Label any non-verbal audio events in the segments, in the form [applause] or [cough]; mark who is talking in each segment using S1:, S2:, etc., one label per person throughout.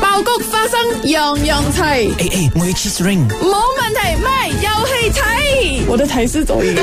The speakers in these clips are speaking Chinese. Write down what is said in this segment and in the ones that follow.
S1: 爆谷花生樣樣齊，
S2: 哎哎，我要 cheese ring。
S1: 冇問題，咪有戲睇。我的台是走音。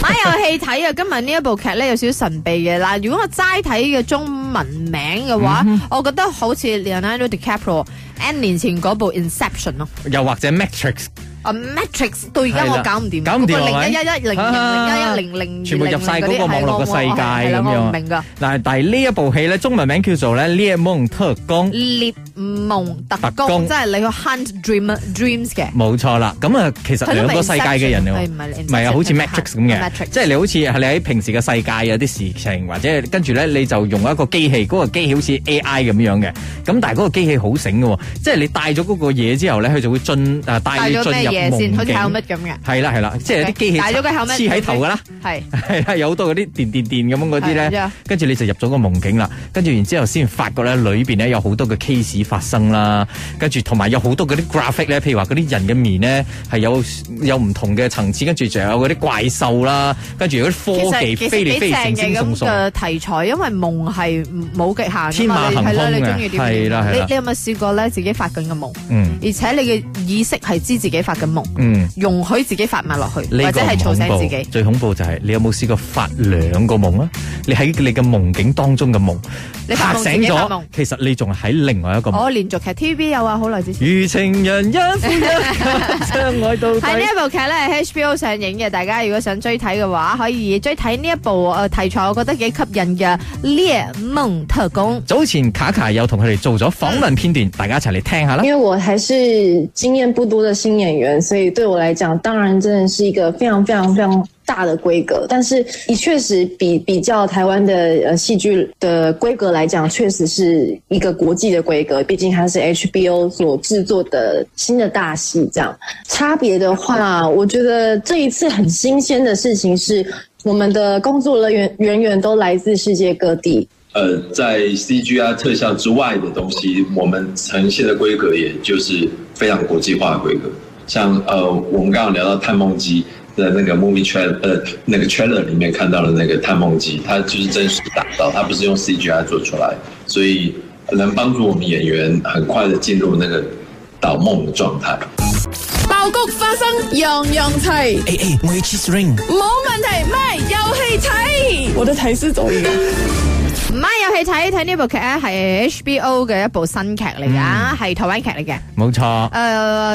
S3: 買有戲睇啊！今日呢一部劇咧有少少神秘嘅嗱，如果我齋睇嘅中文名嘅話，我覺得好似 Leonardo DiCaprio N 年前嗰部 Inception 咯，
S2: 又或者 Matrix，
S3: 啊 Matrix 到而家我搞唔掂，
S2: 係啦搞唔掂
S3: 嗰個零
S2: 係咪
S3: 一一一零
S2: 啊
S3: 零零一一零嗯零，
S2: 全部入晒嗰個網絡嘅世界
S3: 係啦
S2: 咁
S3: 我唔
S2: 樣
S3: 明噶。
S2: 嗱，但係呢一部戲咧，中文名叫做咧《獵夢特工》。
S3: 獵夢特
S2: 特
S3: 工，
S2: 工
S3: 即係你去 hunt dream dreams 嘅。
S2: 冇錯啦，咁啊，其實兩個世界嘅人嚟
S3: 係
S2: 喎
S3: 唔係
S2: 唔係啊，好似 Matrix 咁嘅，
S3: Matrix
S2: 即係你好似啊係你喺平時嘅世界有啲事情，或者跟住咧你就用一個機器，嗰、個機器好似 AI 咁樣嘅，咁但係嗰個機器好醒嘅喎，即係你帶咗嗰個嘢之後咧，佢就會進啊帶
S3: 戴
S2: 你
S3: 咗
S2: 進
S3: 咩
S2: 入
S3: 嘢先？好似
S2: 夢境。
S3: helmet 咁嘅，
S2: 係啦係啦，即係有啲機器
S3: 戴咗個 helmet
S2: 黐喺頭㗎啦，
S3: 係
S2: 係 [laughs] 啦，有好多嗰啲電電電咁樣嗰啲
S3: 係
S2: 咧
S3: 啊，
S2: 跟住你就入咗個夢境啦，跟住然之後先發覺咧裏邊咧有好多嘅 case 發生啦，跟住同埋有好多嗰啲 graphic 咧，譬如話嗰啲人嘅面咧係有有唔同嘅層次，跟住仲有嗰啲怪獸啦，跟住嗰啲科技
S3: 其實
S2: 飛嚟飛去成
S3: 幾
S2: 仙送
S3: 正
S2: 送。
S3: 嘅咁嘅題材，因為夢係冇極限㗎嘛，
S2: 天馬行空嘅
S3: 你係啦，你中意點
S2: 係啦係啦
S3: 你你有冇試過咧自己發緊嘅夢，
S2: 嗯
S3: 而且你嘅意識係知自己發緊夢，
S2: 嗯，
S3: 容許自己發埋落去，
S2: 呢
S3: 或
S2: 個
S3: 者
S2: 唔
S3: 係嘈
S2: 恐
S3: 醒
S2: 怖
S3: 自己。
S2: 最恐怖就係你有冇試過發兩個夢啊？你喺你嘅夢境當中嘅夢
S3: 你發
S2: 嚇
S3: 夢
S2: 醒
S3: 自己發夢
S2: 咗，其實你仲喺另外一個夢。
S3: 我連續劇 TVB 有啊，好耐之前。
S2: 如情人一呼一吸，相愛到
S3: 喺呢
S2: 底。
S3: 一部劇咧，HBO 上映嘅，大家如果想追睇嘅話，可以追睇呢一部誒題材，我覺得幾吸引嘅《獵夢特工》。
S2: 早前卡卡又同佢哋做咗訪問片段，大家一齊嚟聽下啦
S3: 嗯
S4: 因。为我还是经验不多的新演员，所以对我来讲，当然真的是一个非常非常非常大的规格。但是，也确实比比较台湾的呃戏剧的规格来讲，确实是一个国际的规格。毕竟它是 HBO 所制作的新的大戏，这样差别的话，我觉得这一次很新鲜的事情是，我们的工作人员人员都来自世界各地。
S5: 呃，在 CGI 特效之外的东西，我们呈现的规格也就是非常国际化的规格。像呃，我们刚刚聊到探梦机的那个 movie trailer，呃，那个 trailer 里面看到的那个探梦机，它就是真实打造，它不是用 CGI 做出来，所以能帮助我们演员很快的进入那个导梦的状态。
S1: 爆谷花生樣樣齊，
S2: 誒誒，我要 cheese ring。
S1: 冇問題，咪有戲睇。我的台是走音。
S3: 唔係有戲睇，睇呢部劇咧係 HBO 嘅一部新劇嚟噶，係、台灣劇嚟嘅。誒、
S2: 冇錯，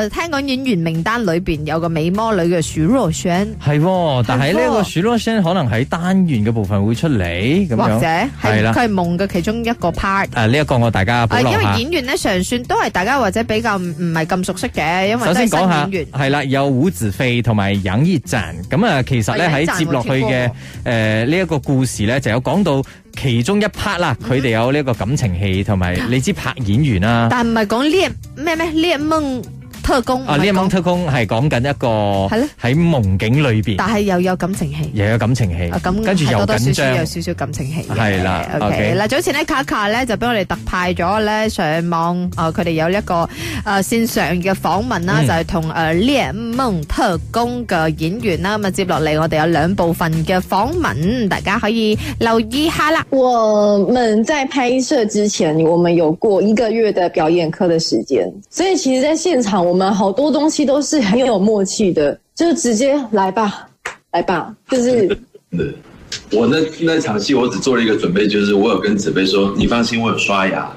S3: 聽講演員名單裏邊有個美魔女嘅許若瑄，
S2: 係喎。但係呢
S3: 係
S2: 個
S3: 喎
S2: s h u r s h a n 可能喺單元嘅部分會出嚟咁
S3: 或
S2: 樣。
S3: 者
S2: 係
S3: 係
S2: 啦。
S3: 佢係夢嘅其中一個 part。
S2: 誒呢一個我大家保
S3: 啊，
S2: 留
S3: 因為
S2: 下。
S3: 演員咧常算都係大家或者比較唔唔係咁熟悉嘅，因為
S2: 首
S3: 都係
S2: 先
S3: 新
S2: 講下
S3: 演員。
S2: 係啦，有胡子費同埋尹熱贊咁啊，其實咧
S3: 啊尹熱贊
S2: 喺接落去
S3: 我聽
S2: 嘅
S3: 過
S2: 誒呢一個故事咧，就有講到其中一 part 啦，佢哋有呢一個感情戲同埋你知拍演員啊
S3: 嗯
S2: 啦。
S3: 但唔係講獵咩咩獵夢特工，
S2: 啊！
S3: 唔
S2: 呢
S3: 係
S2: 一
S3: 講
S2: 蒙特工係講緊一個
S3: 係咧
S2: 喺夢境裏邊
S3: 但係又有感情戲。
S2: 又有感情戲
S3: 啊，咁，
S2: 跟住
S3: 係
S2: 又
S3: 多多少
S2: 緊
S3: 少有
S2: 張，
S3: 少少感情戲嘅。
S2: 係啦
S3: ，OK
S2: OK
S3: 嗱，早前咧卡卡咧就俾我哋特派咗咧上網，啊佢哋有一個誒線上嘅訪問啦，
S2: 嗯
S3: 就係同誒獵夢特工嘅演員啦。咁啊，接落嚟我哋有兩部分嘅訪問，大家可以留意下啦。
S4: 我们在拍摄之前，我们有过一个月的表演课的时间，所以其实，在现场我们好多东西都是很有默契的，就直接来吧，来吧，就是
S5: 对，我那那场戏我只做了一个准备，就是我有跟子飞说，你放心，我有刷牙。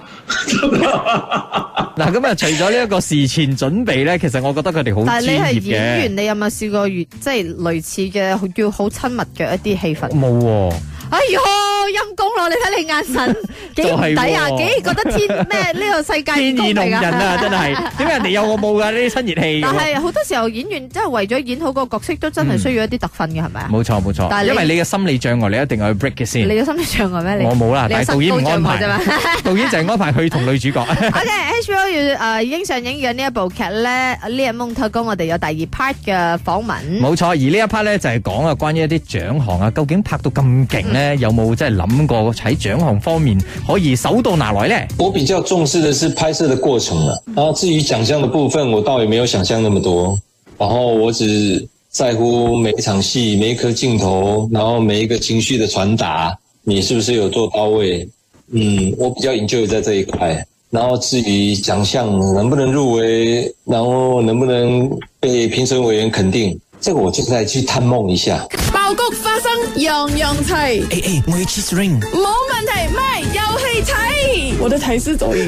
S2: 嗱咁啊，除咗呢一個事前準備咧，其實我覺得佢哋好
S3: 但
S2: 專
S3: 係你係
S2: 業
S3: 演
S2: 嘅
S3: 員，。你有冇試過遇即係類似嘅要好親密嘅一啲戲份？
S2: 冇喎，
S3: 哎喲，陰公咯！你睇你眼神幾唔抵啊，
S2: [laughs] 就係喎
S3: 幾覺得天咩呢個世界
S2: 天
S3: 唔公
S2: 意弄
S3: 平
S2: 人
S3: [laughs]
S2: 啊，真係點解人哋有我冇㗎呢啲親熱戲
S3: 但
S2: 㗎喎？
S3: 係好多時候演員真係為咗演好個角色，都真係需要一啲特訓嘅，係咪啊？
S2: 冇錯冇
S3: 但係
S2: 錯，因
S3: 你
S2: 為你嘅心理障礙，你一定要去 break 嘅先
S3: 你。有心理障礙咩？你
S2: 我冇啦，
S3: 你有
S2: 但係導演
S3: 身
S2: 唔
S3: 高障
S2: 安
S3: 礙
S2: 排
S3: 啫 [laughs] 嘛。，
S2: [laughs] 導演就係安排佢同
S3: [laughs]
S2: 女主角。
S3: OK，HBO 要誒已經上映嘅呢一部劇咧，《呢日蒙特工》，我哋有第二 part 嘅訪問。
S2: 冇錯，而呢一 part 咧就係講啊，關於一啲獎項啊，究竟拍到咁勁咧，有冇即係諗過喺獎項方面可以手到拿來咧？
S6: 我比较重视的是拍摄的过程了、然后至于奖项的部分，我倒也没有想象那么多。然后我只在乎每一场戏、每一颗镜头，然后每一个情绪的传达，你是不是有做到位？嗯，我比较 enjoy 在这一块。然后至于奖项能不能入围，然后能不能被评审委员肯定，这个我就再去探梦一下。
S1: 爆谷花生样样齐，
S7: 诶诶，我要 cheese ring。
S1: 冇问题，咪有戏睇。我的台是走音。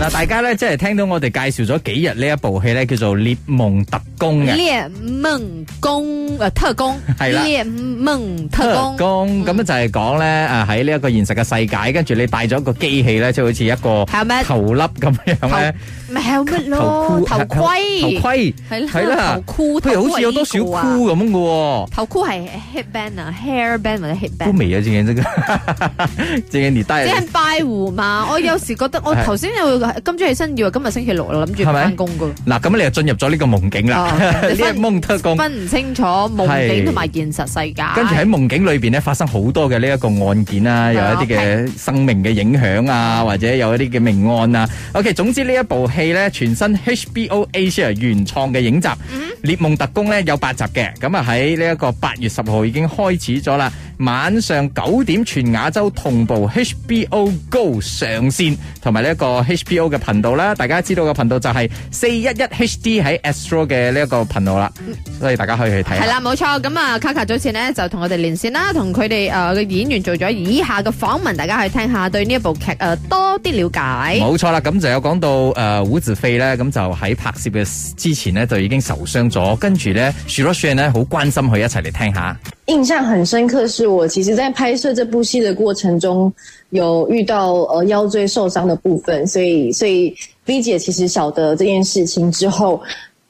S2: 嗱，大家咧即係聽到我哋介紹咗幾日呢一部戲咧，叫做《獵夢特工》嘅。
S3: 猎梦工诶特工
S2: 係啦
S3: 猎梦特工。
S2: 工咁就係講咧，诶喺呢一個現實嘅世界，跟住你戴咗個機器咧，即係好似一個
S3: Helmet
S2: 頭笠咁樣咧，
S3: 咪 helmet
S2: 頭
S3: 咯，
S2: 箍、
S3: 頭盔，
S2: 頭盔
S3: 係
S2: 係
S3: 啦，頭
S2: 啦，
S3: 箍，
S2: 譬如好似有多少
S3: 少
S2: 箍咁嘅喎。
S3: 頭箍係 headband 啊，hairband 或者
S2: 都
S3: headband。
S2: 未啊，正正這個，正正你戴
S3: 即
S2: 了
S3: 係拜湖
S2: [laughs]
S3: 嘛，我有時覺得我
S2: 係
S3: 頭先有今朝起身以為今日星期六啦，諗住唔
S2: 係咪
S3: 翻工噶，
S2: 嗱，咁你就進入咗呢個夢境啦，
S3: 哦
S2: [laughs] 呢
S3: 你
S2: 個
S3: 分
S2: 夢特工。
S3: 分唔清楚夢境同埋現實世界。
S2: 跟住喺夢境裏邊咧，發生好多嘅呢一個案件啊，有
S3: 係啊
S2: 一啲嘅生命嘅影響啊，或者有一啲嘅命案啊。OK，總之呢一部戲咧，全新 HBO Asia 原創嘅影集《
S3: 嗯
S2: 獵夢特工》咧有八集嘅，咁啊喺呢一個八月十號已經開始咗啦。晚上九點全亞洲同步 HBO Go 上線，同埋呢一個 HBO 嘅頻道啦。大家知道嘅頻道就係四一一 HD 喺 Astro 嘅呢一個頻道啦，所以大家可以去睇
S3: 係
S2: 下。
S3: 啦，冇錯。咁啊，卡卡早前呢就同我哋連線啦，同佢哋誒嘅演員做咗以下嘅訪問，大家去聽下對呢一部劇誒多啲了解。
S2: 冇錯啦，咁就有講到誒胡子飛咧，咁就喺拍攝嘅之前呢，就已經受傷咗，跟住咧 s h i r o s h a n 咧好關心佢，一齊嚟聽下。
S4: 印象很深刻，是我其实在拍摄这部戏的过程中，有遇到呃腰椎受伤的部分，所以所以 V 姐其实晓得这件事情之后，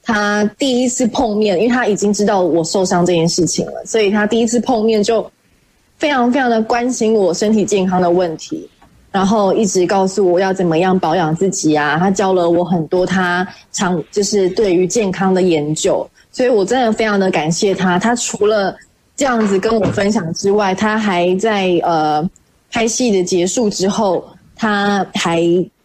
S4: 她第一次碰面，因为她已经知道我受伤这件事情了，所以她第一次碰面就非常非常的关心我身体健康的问题，然后一直告诉我要怎么样保养自己啊。他教了我很多他常就是对于健康的研究，所以我真的非常的感谢他。他除了这样子跟我分享之外，他还在呃拍戏的结束之后，他还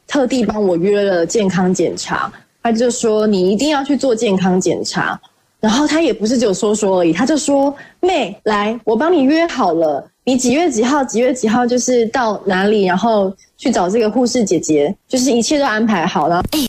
S4: 特地帮我约了健康检查。他就说你一定要去做健康检查，然后他也不是只有说说而已，他就说：“妹，来，我帮你约好了，你几月几号，几月几号，就是到哪里，然后去找这个护士姐姐，就是一切都安排好了。”然后